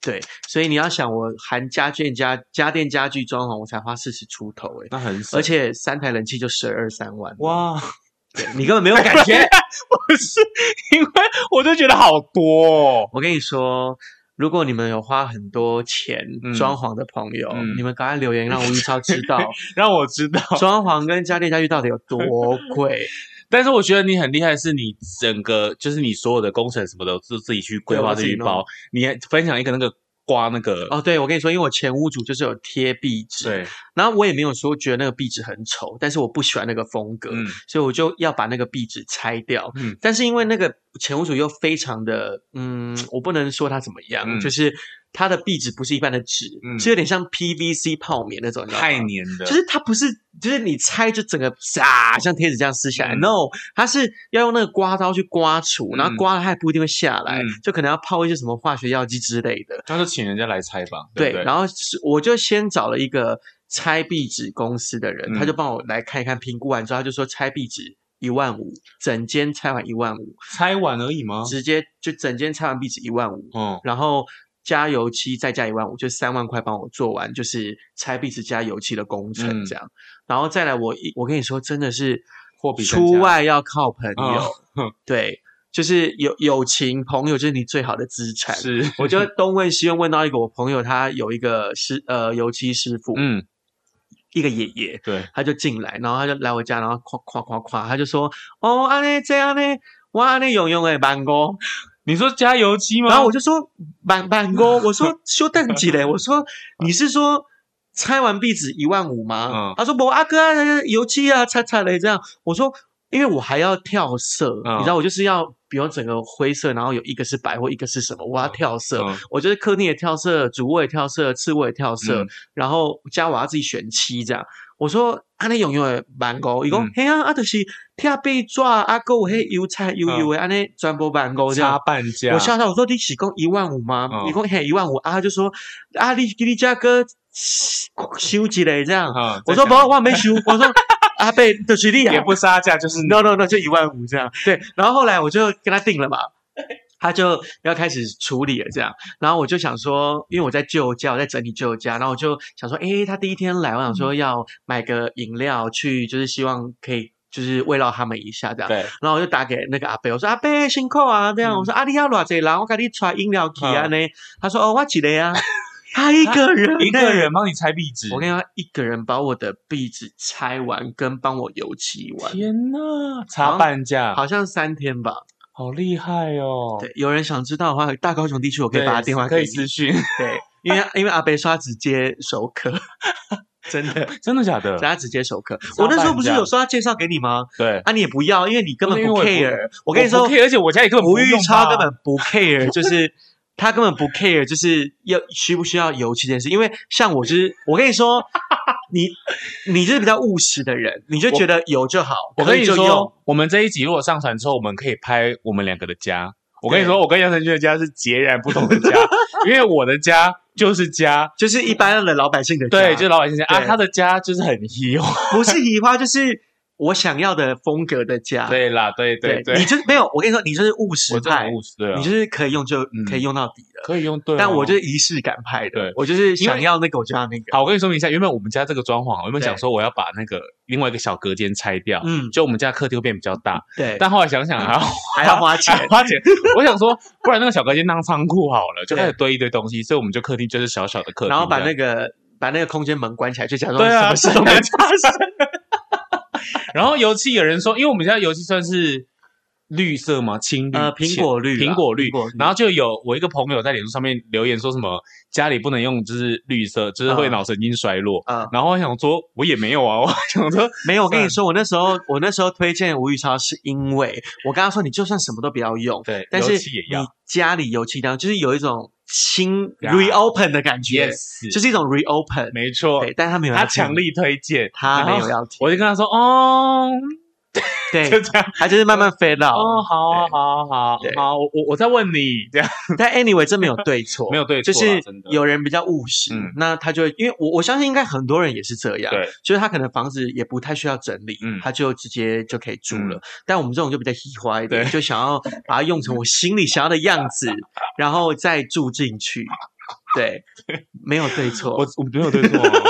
S2: 对，所以你要想，我含家电家家电家具装潢，我才花四十出头诶、
S1: 那很省，
S2: 而且三台冷气就十二三万，
S1: 哇，
S2: 对你根本没有感觉。
S1: 不是因为我就觉得好多哦，
S2: 我跟你说，如果你们有花很多钱
S1: 嗯
S2: 装潢的朋友，
S1: 嗯
S2: 你们赶快留言让吴一超知道
S1: 让我知 道。
S2: 装潢跟家电家具到底有多 贵。
S1: 但是我觉得你很厉害，的是你整个就是你所有的工程什么的，就自己去规
S2: 对
S1: 划
S2: 我
S1: 自
S2: 自己
S1: 己包。你还分享一个那个刮那个
S2: 哦，对，我跟你说，因为我前屋主就是有贴壁纸，
S1: 对，
S2: 然后我也没有说觉得那个壁纸很丑，但是我不喜欢那个风格，
S1: 嗯
S2: 所以我就要把那个壁纸拆掉。
S1: 嗯
S2: 但是因为那个前屋主又非常的，嗯，我不能说他怎么样，
S1: 嗯
S2: 就是它的壁纸不是一般的纸，
S1: 嗯
S2: 是有点像 PVC 泡棉那种，你知道吗
S1: 太黏的，
S2: 就是它不是，就是你拆就整个撒，像贴纸这样撕下来。
S1: 嗯
S2: No，它是要用那个刮刀去刮除，
S1: 嗯
S2: 然后刮了它也不一定会下来，
S1: 嗯
S2: 就可能要泡一些什么化学药剂之类的。
S1: 他就请人家来拆吧，对不对，
S2: 然后是我就先找了一个拆壁纸公司的人，
S1: 嗯
S2: 他就帮我来看一看，评估完之后他就说拆壁纸一万五，整间拆完一万五，
S1: 拆完而已吗？
S2: 直接就整间拆完壁纸一万五，
S1: 嗯，
S2: 然后。加油漆再加一万五，就三万块帮我做完，就是拆壁纸加油漆的工程
S1: 嗯
S2: 这样。然后再来我一，我跟你说，真的是
S1: 货比三
S2: 出
S1: 家
S2: 外要靠朋友，
S1: 哦
S2: 对，就是友友情朋友就是你最好的资产。
S1: 是，
S2: 我 就东问西问，问到一个我朋友，他有一个师呃油漆师傅，
S1: 嗯，
S2: 一个爷爷，
S1: 对，
S2: 他就进来，然后他就来我家，然后夸夸夸夸，他就说哦，安内这样呢，我安内用用诶办公，
S1: 你说加油机吗？
S2: 然后我就说办办 公，我说修蛋几嘞，我说你是说。拆完壁纸一万五吗？
S1: 嗯
S2: 他说不，阿哥啊，油漆啊，擦擦嘞这样。我说，因为我还要跳色，
S1: 嗯
S2: 你知道，我就是要，比如整个灰色，然后有一个是白或一个是什么，我要跳色。
S1: 嗯
S2: 我就是客厅也跳色，主卧也跳色，次卧也跳色，
S1: 嗯
S2: 然后加我要自己选漆这样。我说啊，那用用的蛮高，伊讲
S1: 嗯
S2: 嘿啊，啊就是贴被纸啊，够有嘿油菜油
S1: 嗯
S2: 油的，安尼全部蛮高这
S1: 差
S2: 样。
S1: 半价，
S2: 我笑他，我说你是讲一万五吗？
S1: 嗯
S2: 你讲嘿一万五啊，他就说啊，你给你价格修一个这样。
S1: 啊，
S2: 我
S1: 再
S2: 说
S1: 讲
S2: 不，我没修。我说 阿贝就是你 啊
S1: 也不杀价，就是你
S2: no no no，就一万五这样。对，然后后来我就跟他定了嘛，他就要开始处理了这样。然后我就想说，因为我在旧家，我在整理旧家，然后我就想说，诶，他第一天来，我想
S1: 嗯
S2: 说要买个饮料去，就是希望可以。就是慰劳他们一下这样，
S1: 对，
S2: 然后我就打给那个阿伯，我说阿伯辛苦啊，这样、
S1: 嗯
S2: 我说阿你要偌济人，我给你传饮料去啊
S1: 嗯
S2: 呢，他说哦我几个啊，他一个人
S1: 一
S2: 呢
S1: 个人帮你拆壁纸，
S2: 我跟你说，一个人把我的壁纸拆完，跟帮我油漆完，
S1: 天哪，差半价，
S2: 好像三天吧。
S1: 好厉害哦！
S2: 对，有人想知道的话，大高雄地区我可以
S1: 对，
S2: 把他电话
S1: 可
S2: 给
S1: 以
S2: 你。
S1: 私讯，
S2: 对，因为因为阿贝说他只接熟客，
S1: 嗯
S2: 真的，
S1: 真的假的？
S2: 他只接熟客。
S1: 老
S2: 我那时候
S1: 板
S2: 不是
S1: 这
S2: 有
S1: 样
S2: 说要介绍给你吗？
S1: 对，
S2: 啊，你也不要，因为你根本
S1: 因为
S2: 不
S1: 我也不
S2: care。我跟你
S1: 不
S2: 说，
S1: care，而且我家也根本
S2: 吴
S1: 不
S2: 玉
S1: 用
S2: 超
S1: 它
S2: 根本不 care，就是他根本不 care，就是要需不需要油漆这件事。因为像我就是，我跟你 说，你你就是比较务实的人，你就觉得有就好，
S1: 我
S2: 可
S1: 跟
S2: 以
S1: 你
S2: 就用
S1: 说，我们这一集如果上传之后，我们可以拍我们两个的家。我跟你
S2: 对
S1: 说，我跟杨丞琳的家是截然不同的 家，因为我的家就是家，
S2: 就是一般的老百姓的家，
S1: 对，就是老百姓家啊，
S2: 对
S1: 他的家就是很稀有。
S2: 不是移花，就是我想要的风格的 家。
S1: 对啦，对对
S2: 你就是没有，我跟你说，你就是务实
S1: 我真的
S2: 派
S1: 很，务实，对啊
S2: 你，就是可以用就
S1: 嗯
S2: 可以用到底的。
S1: 可以用对啊。
S2: 但我就是仪式感派的
S1: 对，
S2: 我就是想要那个我就要那个。
S1: 好，我跟你说明一下，原本我们家这个装潢，我原本
S2: 对
S1: 想说我要把那个另外一个小隔间拆掉，
S2: 嗯，
S1: 就我们家客厅会变比较大，
S2: 对，
S1: 但后来想想还要。
S2: 还要花钱
S1: 花钱。我想说，不然那个小隔间当仓库好了，就
S2: 对
S1: 开始堆一堆东西，所以我们就客厅就是小小的客厅这样，
S2: 然后把那个把那个空间门关起来，就假装
S1: 对
S2: 什
S1: 啊
S2: 么事都没发生。
S1: 然后油漆有人说，因为我们家油漆算是绿色嘛，青绿、
S2: 呃，苹果绿
S1: 浅嗯
S2: 啦，
S1: 苹果绿。
S2: 苹果绿，
S1: 然后就有我一个朋友在脸书上面留言说什么家里不能用就是绿色，就是会
S2: 嗯
S1: 脑神经衰弱。
S2: 嗯
S1: 然后我想说，我也没有啊，我想说，
S2: 没有，我跟你说，我那时候我那时候推荐吴玉超是因为我跟他说，你就算什么都不要用，
S1: 对，
S2: 但是
S1: 油
S2: 你
S1: 漆也要
S2: 家里油漆一定要，就是有一种新
S1: 呀
S2: reopen 的感觉，
S1: ，yes，
S2: 就是一种 reopen。
S1: 没错
S2: 对，，但他没有要
S1: 他
S2: 听
S1: 强，力推荐，
S2: 他没
S1: 然
S2: 有
S1: 后
S2: 要听，
S1: 我就跟他说，哦，就
S2: 对，
S1: 这样，
S2: 他就是慢慢 fade
S1: 哦，
S2: out。
S1: 好啊，好啊，好啊，
S2: 对
S1: 好啊，我我我再问你，这样
S2: 但 anyway，这没有对错，
S1: 没有对
S2: 就
S1: 错啦
S2: 是
S1: 真的
S2: 有人比较务实
S1: 嗯，
S2: 那他就会，因为我我相信应该很多人也是这样，
S1: 对，
S2: 就是他可能房子也不太需要整理，
S1: 嗯
S2: 他就直接就可以住了
S1: 嗯。
S2: 但我们这种就比较喜花一点，
S1: 对
S2: 就想要把它用成我心里想要的样子，然后再住进去。对，没有对
S1: 我
S2: 错，
S1: 我没有对错 啊，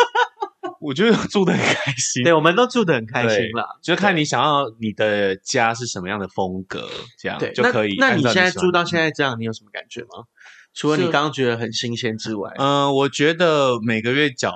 S1: 我觉得住的很开心
S2: 对，，我们都住得很开心啦。
S1: 就看你想要你的家是什么样的风格，这样
S2: 对，
S1: 就可以
S2: 那。那
S1: 按
S2: 你
S1: 照
S2: 现在
S1: 喜
S2: 住
S1: 欢
S2: 到
S1: 的嗯
S2: 现在这样，你有什么感觉吗？除了你刚刚觉得很新鲜之外，
S1: 嗯、我觉得每个月缴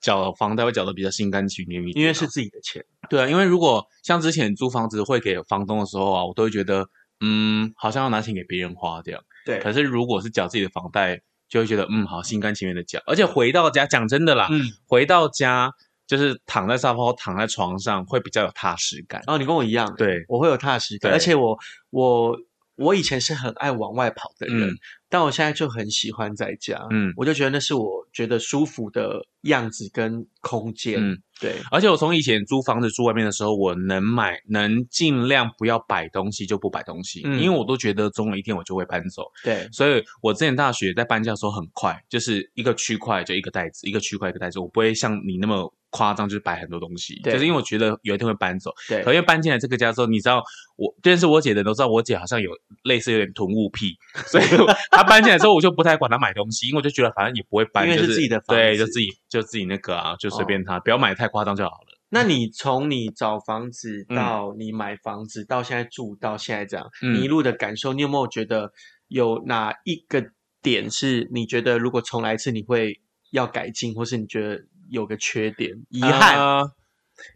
S1: 缴房贷会缴的比较心甘情愿一点啊，
S2: 因为是自己的钱，
S1: 对啊，因为如果像之前租房子会给房东的时候啊，我都会觉得，嗯，好像要拿钱给别人花这样。
S2: 对
S1: 可是如果是缴自己的房贷，就会觉得，嗯，好，心甘情愿的缴。而且回到家，讲真的啦，
S2: 嗯，
S1: 回到家就是躺在沙发、躺在床上会比较有踏实感。
S2: 哦然后你跟我一样，
S1: 对，
S2: 我会有踏实感，
S1: 对
S2: 而且我我我以前是很爱往外跑的人，
S1: 嗯
S2: 但我现在就很喜欢在家，
S1: 嗯
S2: 我就觉得那是我觉得舒服的样子跟空间，
S1: 嗯
S2: 对，
S1: 而且我从以前租房子住外面的时候，我能买，能尽量不要摆东西就不摆东西，
S2: 嗯
S1: 因为我都觉得总有一天我就会搬走。
S2: 对，
S1: 所以我之前大学在搬家的时候很快，就是一个区块就一个袋子，一个区块一个袋子，我不会像你那么夸张，就是摆很多东西，
S2: 对
S1: 就是因为我觉得有一天会搬走。
S2: 对，
S1: 可因为搬进来这个家之后，你知道我认识我姐的人都知道，我姐好像有类似有点囤物癖，所以 她搬进来之后，我就不太管她买东西，因为我就觉得反正也不会搬，
S2: 因为
S1: 就是
S2: 自己的房
S1: 对，
S2: 子哦
S1: 就自己就自己那个啊，就随便她，不要买太夸张就好了。
S2: 那你从你找房子
S1: 嗯
S2: 到你买房子到现在住到现在这样，
S1: 嗯
S2: 你一路的感受，你有没有觉得有哪一个点是你觉得如果重来一次你会要改进，或是你觉得有个缺点遗憾？
S1: 呃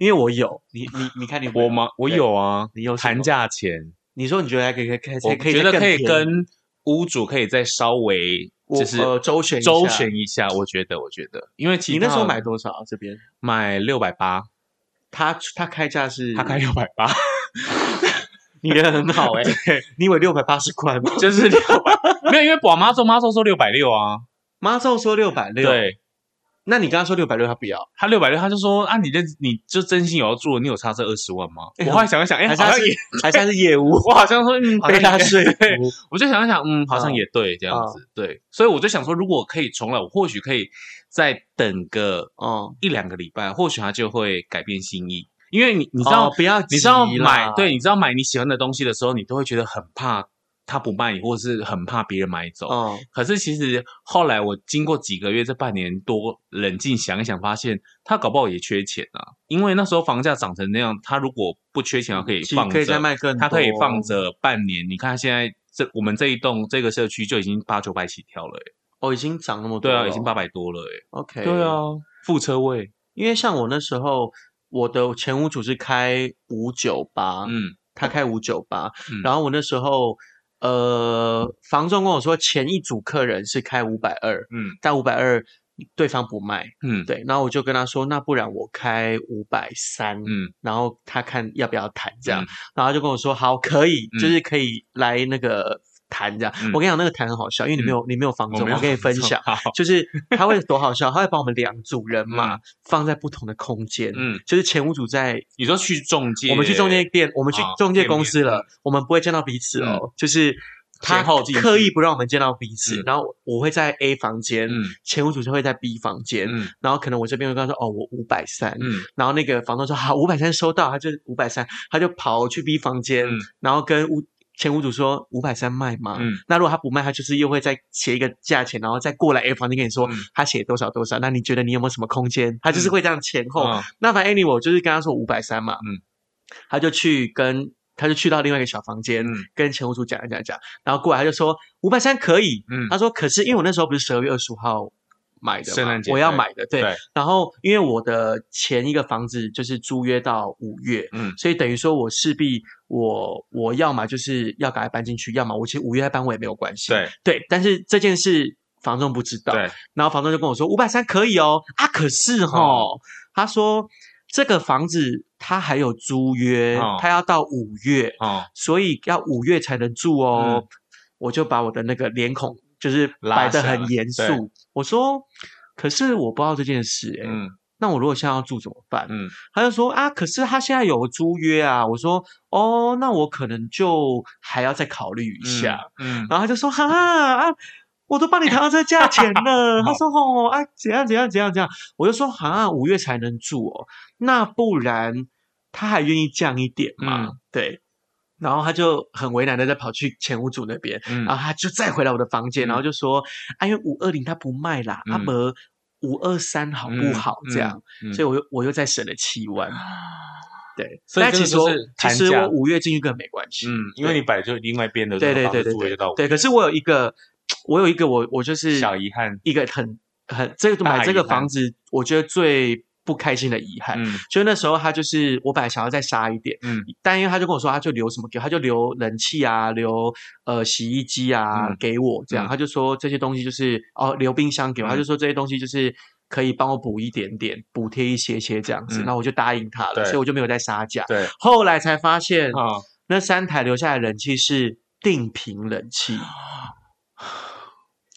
S2: 因为我有，你你你看你有没有
S1: 我？吗？我有啊，
S2: 你有什么
S1: 谈价钱，
S2: 你说你觉得还可以可以可以
S1: 我
S2: 可以
S1: 觉
S2: 再
S1: 得
S2: 更
S1: 可以
S2: 便宜
S1: 跟屋主可以再稍微
S2: 我
S1: 就是
S2: 呃周旋一下
S1: 周旋一下，我觉得我觉得，因为其
S2: 你那时候
S1: 他
S2: 买多少啊？这边
S1: 买六百八，
S2: 他他开价是
S1: 他开六百八，
S2: 你人很 好哎、你以为六百八十块吗？
S1: 欸就是六百， 没有因为宝妈做妈做说六百六啊，
S2: 妈就说六百六，
S1: 对。
S2: 那你刚刚说六百六他不要。
S1: 他六百六，他就说啊，你认你就真心有要住，你有差这二十万吗？
S2: 哎
S1: 我后来想一想，哎、
S2: 还是
S1: 好
S2: 他
S1: 像
S2: 是
S1: 也，，
S2: 还算是业务
S1: 我好像说嗯，
S2: 被 他
S1: 对
S2: 说服。
S1: 我就想一想，嗯，好像
S2: 嗯
S1: 也对，这样
S2: 嗯
S1: 子，对，所以我就想说，如果可以重来，我或许可以再等个
S2: 哦，
S1: 一两个礼拜，或许他就会改变心意，因为你你
S2: 你
S1: 知道，
S2: 哦不要
S1: 你
S2: 急
S1: 知道
S2: 啦
S1: 买，对，你知道买你喜欢的东西的时候，你都会觉得很怕他不卖你，或者是很怕别人买走。
S2: 哦，
S1: 可是其实后来我经过几个月，这半年多冷静想一想，发现他搞不好也缺钱啊。因为那时候房价涨成那样，他如果不缺钱，他哦可以
S2: 嗯其实
S1: 放着，
S2: 可以再卖更多，
S1: 他可以放着半年。你看现在这我们这一栋这个社区就已经八九百起跳了、欸，
S2: 哦，已经涨那么多
S1: 对
S2: 了，
S1: 啊，已经八百多了、欸，
S2: OK，
S1: 对啊，，副车位，
S2: 因为像我那时候，我的前屋主是开五九八，
S1: 嗯
S2: 他开五九八
S1: 嗯，
S2: 然后我那时候。呃，房仲跟我说，前一组客人是开五百二，
S1: 嗯
S2: 但五百二对方不卖，
S1: 嗯，
S2: 对，然后我就跟他说，那不然我开五百三，
S1: 嗯
S2: 然后他看要不要谈这样，
S1: 嗯
S2: 然后他就跟我说好，可以，
S1: 嗯
S2: 就是可以来那个谈这样。
S1: 嗯
S2: 我跟你讲，那个谈很好笑，因为你没有、你没有房
S1: 我
S2: 中，
S1: 没
S2: 我
S1: 有
S2: 跟你分享，
S1: 好，
S2: 就是他会多好笑，他会把我们两组人嘛、
S1: 嗯
S2: 放在不同的空间。
S1: 嗯，
S2: 就是前屋主在，
S1: 你说去中介，
S2: 我们去中介店，我们去
S1: 啊
S2: 中介
S1: 店
S2: 公
S1: 面嗯
S2: 司了，我们不会见到彼此哦。就是他
S1: 前后进
S2: 刻
S1: 去
S2: 意不让我们见到彼此，
S1: 嗯
S2: 然后我会在 A 房间，
S1: 嗯，
S2: 前屋主就会在 B 房间，
S1: 嗯
S2: 然后可能我这边会跟他说，哦，我五百三，
S1: 嗯
S2: 然后那个房东说好，五百三收到，他就五百三，他就跑去 B 房间，
S1: 嗯
S2: 然后跟屋前屋主说五百三卖吗？
S1: 嗯
S2: 那如果他不卖，他就是又会再写一个价钱，然后再过来 A 房间跟你说、
S1: 嗯
S2: 他写多少多少，那你觉得你有没有什么空间？他就是会这样前后。
S1: 嗯
S2: 那反正 anyway，我就是跟他说五百三嘛，
S1: 嗯
S2: 他就去跟他就去到另外一个小房间，
S1: 嗯
S2: 跟前屋主讲一讲一讲，然后过来他就说五百三可以，
S1: 嗯
S2: 他说可是因为我那时候不是十二月二十五号买的嘛，
S1: 圣诞节
S2: 我要
S1: 对
S2: 买的，对，
S1: 对
S2: 然后因为我的前一个房子就是租约到五月，
S1: 嗯
S2: 所以等于说我势必我我要么就是要赶快搬进去，要么我其实五月再搬我也没有关系。
S1: 对
S2: 对，但是这件事房东不知道，
S1: 对，嗯
S2: 然后房东就跟我说五百三可以哦，啊可是哈、他说这个房子他还有租约，
S1: 哦
S2: 他要到五月，
S1: 哦，
S2: 所以要五月才能住哦。我就把我的那个脸孔就是
S1: 嗯拉
S2: 摆得
S1: 下来
S2: 很严
S1: 对
S2: 肃，我说可是我不知道这件事、欸，
S1: 嗯
S2: 那我如果现在要住怎么办？
S1: 嗯
S2: 他就说啊，可是他现在有租约啊。我说哦，那我可能就还要再考虑一下。，
S1: 嗯
S2: 然后他就说哈啊，我都帮你谈到这价钱 了。他说哦啊，怎样怎样怎样怎样。我就说哈，五月才能住哦，那不然他还愿意降一点嘛？
S1: 嗯
S2: 对。然后他就很为难的再跑去前屋主那边，
S1: 嗯
S2: 然后他就再回来我的房间，
S1: 嗯
S2: 然后就说：“啊，因为五二零他不卖啦，阿
S1: 嗯
S2: 伯五二三好不好？”这样，
S1: 嗯
S2: 所以我嗯又我又再省了七万。对，
S1: 所以
S2: 但
S1: 这
S2: 其
S1: 个
S2: 实
S1: 就
S2: 我
S1: 是
S2: 其
S1: 谈
S2: 实我
S1: 价
S2: 五月进去根本没关系。
S1: 嗯，因为你摆就另外一边的
S2: 对对
S1: 这个房
S2: 对
S1: 子
S2: 对
S1: 住也
S2: 对
S1: 就到
S2: 对，可是我有一个，我有一个我我就是
S1: 小遗憾，
S2: 一个很很这个
S1: 大
S2: 买这个
S1: 遗憾
S2: 房子，我觉得最不开心的遗憾，
S1: 嗯
S2: 就那时候他就是我本来想要再杀一点。
S1: 嗯
S2: 但因为他就跟我说，他就留什么给我，他就留冷气啊，留呃洗衣机啊、
S1: 嗯
S2: 给我这样，
S1: 嗯
S2: 他就说这些东西就是哦留冰箱给我，他
S1: 嗯
S2: 就说这些东西就是可以帮我补一点点，补贴一些些这样子，
S1: 嗯
S2: 那、我就答应他了，
S1: 对
S2: 所以我就没有再杀价。
S1: 对
S2: 后来才发现，
S1: 啊，
S2: 那三台留下来的冷气是定频冷气，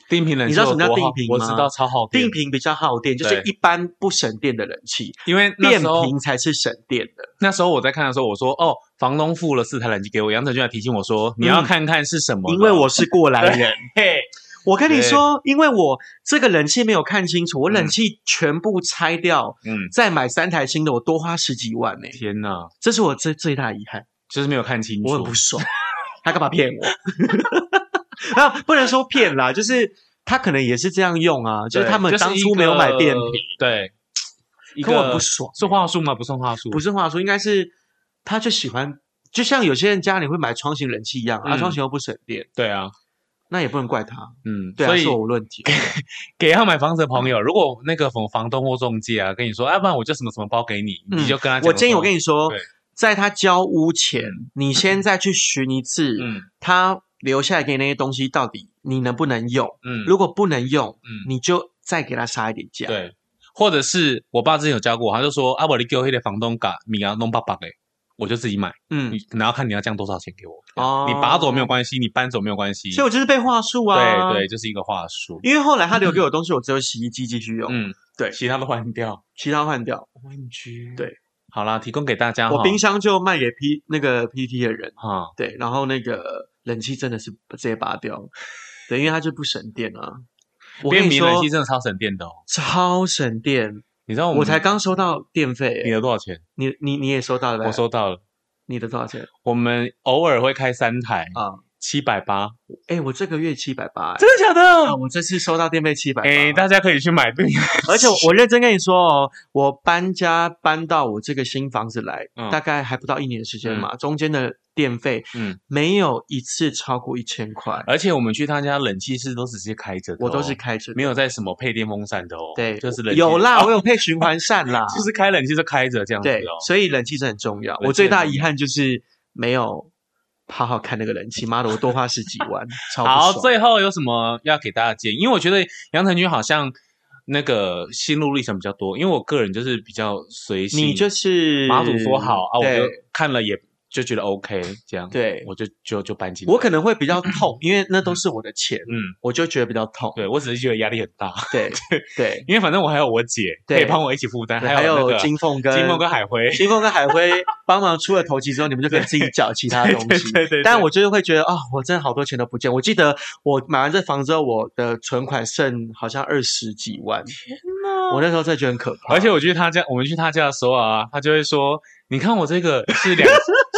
S1: 定频冷气
S2: 你知道什么叫
S1: 有多
S2: 定
S1: 耗
S2: 频
S1: 我
S2: 吗
S1: 知道超耗电
S2: 定，频比较耗电，就是
S1: 对
S2: 一般不省电的人气，
S1: 因为那
S2: 变
S1: 时候
S2: 频才是省电的。
S1: 那时候我在看的时候，我说哦，房东付了四台冷气给我，杨晨就来提醒我说，你要看看是什么了，
S2: 因为我哎是过来人，
S1: 嘿，
S2: 我跟你
S1: 对
S2: 说，因为我这个冷气没有看清楚，我冷
S1: 嗯
S2: 气全部拆掉，
S1: 嗯，
S2: 再买三台新的，我多花十几万呢、
S1: 天哪，
S2: 这是我最最大的遗憾，
S1: 就是没有看清楚，
S2: 我很不爽， 他干嘛骗我？ 那不能说骗啦，就是他可能也是这样用啊，就是
S1: 对
S2: 他们
S1: 一
S2: 当初没有买
S1: 个
S2: 电瓶，，
S1: 对，一
S2: 可我很
S1: 个
S2: 不爽，
S1: 是话术吗？不算话术，
S2: 不
S1: 是，
S2: 是话说，应该是他就喜欢，就像有些人家里会买窗型冷气一样，啊，
S1: 嗯
S2: 窗型又不省电，
S1: 对啊，
S2: 那也不能怪他，
S1: 嗯，
S2: 对啊，
S1: 所以哎
S2: 是我问题。
S1: 给要买房子的朋友，如果那个房房东或中介啊跟你说，要、不然我就什么什么包给你，
S2: 嗯
S1: 你就跟他讲，
S2: 我建议我跟你说
S1: 对，
S2: 在他交屋前，你先再去寻一次，
S1: 嗯
S2: 他留下来给你那些东西到底你能不能用？
S1: 嗯，
S2: 如果不能用，
S1: 嗯
S2: 你就再给他杀一点价。
S1: 对，或者是我爸之前有教过我，他就说啊，我你给我那个房东嘎米啊弄爸爸嘞，我就自己买，
S2: 嗯，
S1: 你然后看你要降多少钱给我，
S2: 哦
S1: 你拔走没有关系，你搬走没有关系，
S2: 所以我就是被话术啊。
S1: 对对，，这是一个话术，
S2: 因为后来他留给我的东西，我只有洗衣机继续用，
S1: 嗯，
S2: 对
S1: 其他都换掉。
S2: 其他换掉。
S1: O M G，
S2: 对，
S1: 好啦，提供给大家哈，
S2: 我冰箱就卖给 P 那个 PT 的人，
S1: 哈，
S2: 对，然后那个冷气真的是直接拔掉，对，因为它就不省电啊。我跟
S1: 变
S2: 你
S1: 频
S2: 说，
S1: 冷气嗯真的超省电的哦，
S2: 超省电，
S1: 你知道我
S2: 我
S1: 们
S2: 才刚收到电费、欸
S1: 你的多少钱？
S2: 你你你也收到了
S1: 嗯
S2: 吧？
S1: 我收到了。
S2: 你的多少钱
S1: 我们偶尔会开三台，
S2: 啊？
S1: 七百八，
S2: 哎、我这个月七百八，
S1: 真的假
S2: 啊，
S1: 的？
S2: 我这次收到电费七百
S1: 哎，
S2: 八，
S1: 大家可以去买对，
S2: 而且我我认真跟你说哦，我搬家搬到我这个新房子来，
S1: 嗯
S2: 大概还不到一年的时间嘛，中间的电费
S1: 嗯，
S2: 没有一次超过一千块，
S1: 而且我们去他家冷气室都直接开着的哦，
S2: 我都是开着的，
S1: 没有在什么配电风扇的哦，
S2: 对，
S1: 就是
S2: 我
S1: 冷气
S2: 有啦，
S1: 哦
S2: 我有配循环扇 啦，
S1: 就是开冷气就开着这样子
S2: 对
S1: 哦，，
S2: 所以冷气真的很重要。
S1: 冷气
S2: 我最大
S1: 很重
S2: 遗憾就是没有好好看那个冷气，妈的，我多花十几万，超不
S1: 好，
S2: 爽
S1: 最后有什么要给大家建议？因为我觉得杨丞君好像那个心路历程比较多，因为我个人就是比较随性，
S2: 你就是
S1: 马祖说好啊，我
S2: 对
S1: 就看了也就觉得 OK 这样，
S2: 对
S1: 我就就就搬进来。
S2: 我可能会比较痛，因为那都是我的钱，
S1: 嗯，
S2: 我就觉得比较 痛。
S1: 对我只是觉得压力很大，
S2: 对对，
S1: 因为反正我还有我姐
S2: 对
S1: 可以帮我一起负担，
S2: 还
S1: 有那
S2: 有
S1: 个
S2: 金凤跟
S1: 金梦跟海辉，
S2: 金凤跟海辉帮忙出了头期之后，你们就可以自己找其他东
S1: 对
S2: 西。
S1: 对对，
S2: 但
S1: 对
S2: 我就是会觉得啊、我真的好多钱都不见。我记得我买完这房之后，我的存款剩好像二十几万，我那时候真的觉得很可怕。
S1: 而且我去他家，我们去他家的时候啊，他就会说：“你看我这个是 两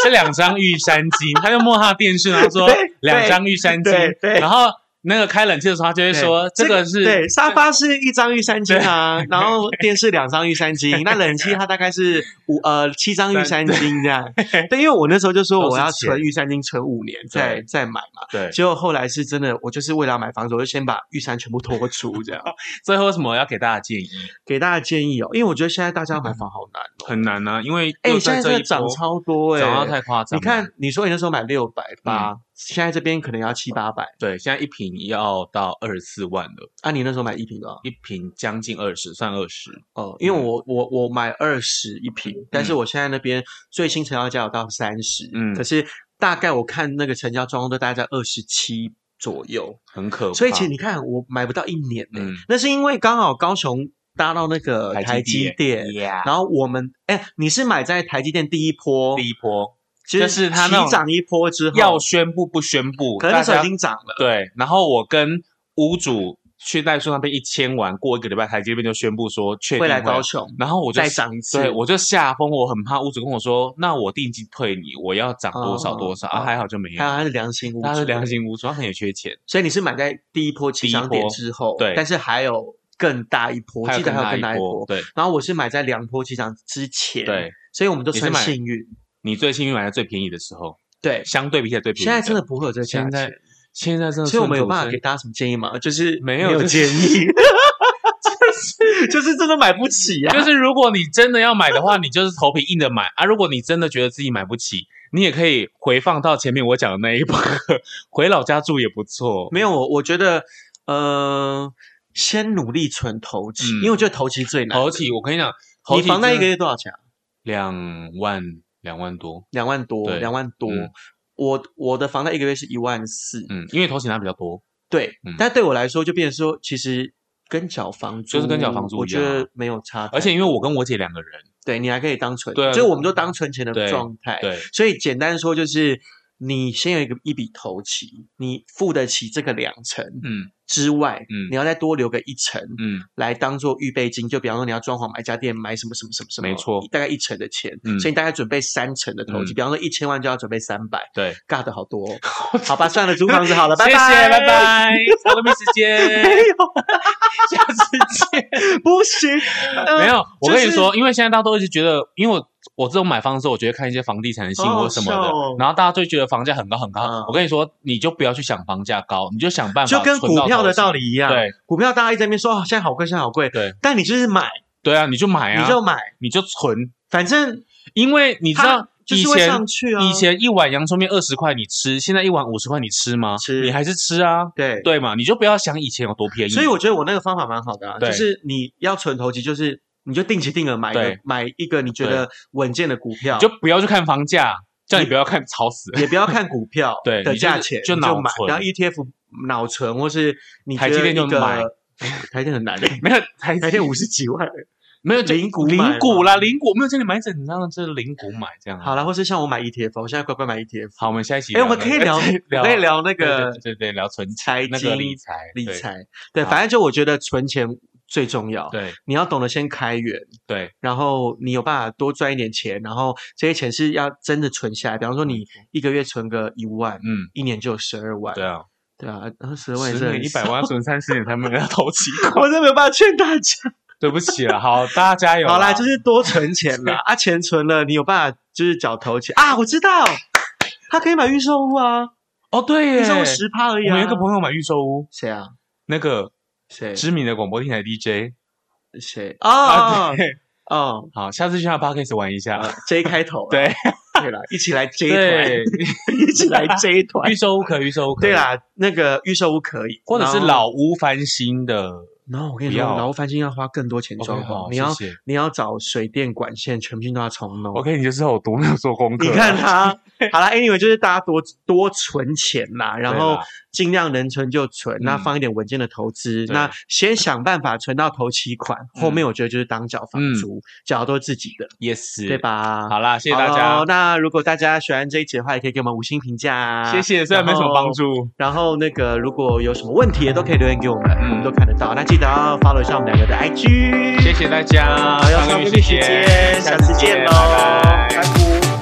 S1: 是两张玉山金。”他就摸他的电视，然后说
S2: 对：“
S1: 两张玉山金。
S2: 对”对
S1: 然后那个开冷气的时候，他就会
S2: 对
S1: 说：“这个是
S2: 对沙发是一张玉三金啊，然后电视两张玉三金，那冷气它大概是五呃七张玉三金这样。对，因为我那时候就说
S1: 都是
S2: 我要
S1: 钱
S2: 存玉三金存五年再再买嘛，
S1: 对。
S2: 结果后来是真的，我就是为了要买房子，我就先把玉山全部脱出 这样。
S1: 最后有什么要给大家建议？
S2: 给大家建议哦，因为我觉得现在大家要买房好难哦，
S1: 很难啊，因为
S2: 哎、
S1: 又
S2: 现
S1: 在
S2: 在
S1: 这
S2: 真
S1: 一
S2: 的涨
S1: 波
S2: 超多哎、
S1: 涨嗯到太夸张。
S2: 你，看，你说你那时候买六百八，现在这边可能要七八百，
S1: 对，现在一瓶要到二十四万了，
S2: 啊，你那时候买一平多少？
S1: 一瓶将近二十，算二十。
S2: 哦，因为
S1: 嗯
S2: 我我我买二十一瓶，但是我现在那边最新成交价有到三十，
S1: 嗯
S2: 可是大概我看那个成交状况都大概在二十七左右，
S1: 很可怕。
S2: 所以其实你看我买不到一年呢、
S1: 嗯
S2: 那是因为刚好高雄搭到那个台
S1: 台
S2: 积
S1: 积
S2: 电，
S1: Yeah
S2: 然后我们哎，你是买在台积电第一波，
S1: 第一波就是它
S2: 它
S1: 那种
S2: 起涨一波之后，
S1: 要宣布不宣布，
S2: 可是那时候
S1: 大
S2: 已
S1: 家
S2: 经涨了，
S1: 对，然后我跟屋主去代书那边一签完，过一个礼拜，台积电就宣布说确定
S2: 会来
S1: 会啊
S2: 高雄
S1: 然后我就
S2: 再涨一次，
S1: 对我就吓疯，我很怕屋主跟我说，那我定金退你，我要涨多少多少、
S2: 哦
S1: 啊？还好就没有
S2: 还，有它是良心屋，
S1: 他是良。心屋主，他很有缺钱，
S2: 所以你是买在第一波起涨点之
S1: 第一
S2: 后，
S1: 波对
S2: 但是还有更大一波，我记得还有更大一波。嗯
S1: 对
S2: 然后我是买在两波起涨之前，
S1: 对，，
S2: 所以我们都
S1: 你是
S2: 算
S1: 买
S2: 幸运。
S1: 你最幸运买在最便宜的时候，
S2: 对，
S1: 相对比起来最便宜。
S2: 现在真的，不会有这个价
S1: 现在
S2: 钱，
S1: 现在真的，
S2: 所以我们有办法给。大家什么建议吗？就是
S1: 没有就是
S2: 建议， 就是就是真的买不起呀、
S1: 就是如果你真的要买的话，你就是头皮硬着买啊。如果你真的觉得自己买不起，你也可以回放到前面我讲的那一波，回老家住也不错。
S2: 没有，我我觉得，呃，先努力存头期，
S1: 嗯
S2: 因为我觉得头期最难。
S1: 头期，我跟你讲，
S2: 你
S1: 头期
S2: 房贷一
S1: 真
S2: 个
S1: 的
S2: 月多少钱啊？
S1: 两万两万多，
S2: 两万多，
S1: 对
S2: 两万多。
S1: 嗯
S2: 我我的房贷一个月是一万四，
S1: 嗯，因为头期拿比较多，
S2: 对
S1: 嗯，
S2: 但对我来说就变成说，其实跟缴房租
S1: 就是跟缴房租
S2: 我
S1: 一
S2: 觉
S1: 样啊
S2: 得没有差太多。
S1: 而且因为我跟我姐两个人，
S2: 对你还可以当存，
S1: 对啊
S2: 就是我们都当存钱的
S1: 对
S2: 状态。
S1: 对
S2: 所以简单说就是，你先有一个一笔头期，你付得起这个两成
S1: 嗯
S2: 之外，
S1: 嗯
S2: 你要再多留个一成
S1: 嗯
S2: 来当做预备金，就比方说你要装潢、买家电、买什么什么什么什么，
S1: 没错
S2: 大概一成的钱，
S1: 嗯
S2: 所以你大概准备三成的头期，
S1: 嗯
S2: 比方说一千万就要准备三百，
S1: 对，
S2: 尬的好多、 哦，好吧，算了，租房子好了，拜
S1: 谢谢，
S2: 拜，
S1: 拜。拜，好了，没时
S2: 没
S1: 间，
S2: 有，
S1: 下次见。
S2: 不行，呃
S1: 没有，我
S2: 就
S1: 跟你
S2: 是
S1: 说，因为现在大家都一直觉得，因为我我这种买房的时候，我觉得看一些房地产新闻
S2: 好好
S1: 或什么的，
S2: 笑哦
S1: 然后大家就觉得房价很高很高。
S2: 嗯
S1: 我跟你说，你就不要去想房价高，你就想办法
S2: 就跟
S1: 存
S2: 股
S1: 到
S2: 票的
S1: 头
S2: 道
S1: 期。
S2: 理一样，
S1: 对，
S2: 股票大家一直在那边说啊，现在好贵，现在好贵，
S1: 对，
S2: 但你就是买，
S1: 对啊，你就买啊，
S2: 你就买，
S1: 你就存，
S2: 反正
S1: 因为你知道
S2: 它就
S1: 以
S2: 是会
S1: 前、
S2: 上去啊，
S1: 以前一碗洋葱面二十块你吃，现在一碗五十块你吃吗？
S2: 吃
S1: 你还是吃啊，
S2: 对。
S1: 对嘛？你就不要想以前有多便宜。
S2: 所以我觉得我那个方法蛮好的、啊，
S1: 对
S2: 就是你要存投机，就是你就定期定额买一个
S1: 对
S2: 买一个你觉得稳健的股票，
S1: 你就不要去看房价，叫你不要看，吵死。
S2: 也不要看股票
S1: 对
S2: 的
S1: 你就
S2: 价钱，
S1: 就
S2: 你
S1: 脑
S2: 买，
S1: 存
S2: 然后 ETF 脑存或是你
S1: 台积
S2: 觉得
S1: 电就
S2: 一个
S1: 买，
S2: 台积电很难的，
S1: 没有，台
S2: 台积电五十几万。
S1: 没有就
S2: 零股买
S1: 零
S2: 嘛
S1: 股啦，零股没有叫你买整张，这是零股买这样。
S2: 好，了，或是像我
S1: E
S2: 买 ETF，我现在乖乖买 ETF。
S1: 好，我们下一期
S2: 嗯 哎，
S1: 聊
S2: 我
S1: 那
S2: 们
S1: 个。
S2: 可以聊，我们可以聊
S1: 对
S2: 那
S1: 对
S2: 个
S1: 对对对，聊存
S2: 财
S1: 那个
S2: 经
S1: 理财
S2: 理
S1: 对
S2: 财，对，
S1: 好
S2: 反正就我觉得存钱最重要，
S1: 对
S2: 你要懂得先开源，
S1: 对
S2: 然后你有办法多赚一点钱，然后这些钱是要真的存下来。比方说，你一个月存个一万，
S1: 嗯。
S2: 一年就有十二万，
S1: 对啊，
S2: 对啊，然后十二万也
S1: 十
S2: 是很
S1: 年一百
S2: 少，
S1: 万存三十年才没人要投期
S2: 我真的没有办法劝大家。
S1: 对不起了，好，大家加油。
S2: 好啦，就是多存钱 啦，啊，钱存了，你有办法就是缴头钱啊。我知道，他可以买预售屋啊，
S1: 哦，对耶，
S2: 预售屋十趴而已
S1: 我
S2: 啊。
S1: 们有一个朋友买预售屋，
S2: 谁啊？
S1: 那个
S2: 谁？
S1: 知名的广播电台 DJ
S2: 谁？哦
S1: 啊对啊
S2: 哦
S1: 好，下次去他 podcast 玩一下。
S2: 哦，J 开头，
S1: 对
S2: 对啦，一起来 J 团
S1: 对，，
S2: 一起来 J 团
S1: 预。售屋可以，预售屋可以
S2: 对，啦，那个预售屋可以，
S1: 或者是
S2: 然后
S1: 老屋翻新的。
S2: 然后我跟你
S1: 不
S2: 说，
S1: 要
S2: 老屋翻新要花更多钱
S1: OK，
S2: 装
S1: 好
S2: 潢，你要
S1: 谢谢
S2: 你要找水电管线，全部都要重弄。
S1: OK，你就是有多没有做功课
S2: 你
S1: 啊。
S2: 看他，好啦 a n y w a y 就是大家多多存钱啦，然
S1: 对
S2: 后
S1: 啦
S2: 尽量能存就存，那
S1: 嗯
S2: 放一点稳健的投资，
S1: 对
S2: 那先想办法存到头期款，后面我觉得就是当缴房
S1: 嗯
S2: 租，缴的都是自己的，
S1: 也是，
S2: 对？吧？
S1: 好啦，谢谢
S2: 好
S1: 大
S2: 咯
S1: 家，
S2: 那如果大家喜欢这一集的话，也可以给我们五星评价啊，
S1: 谢谢，虽然没什么帮助。
S2: 然后那个如果有什么问题也都可以留言给我们，
S1: 嗯
S2: 我们都看得到。那记得要 follow 一下我们两个的 IG。
S1: 谢谢大家，
S2: 好，要
S1: 上
S2: 上
S1: 个月
S2: 个月
S1: 谢
S2: 时
S1: 谢
S2: 间，下次见喽，
S1: 拜拜
S2: 拜拜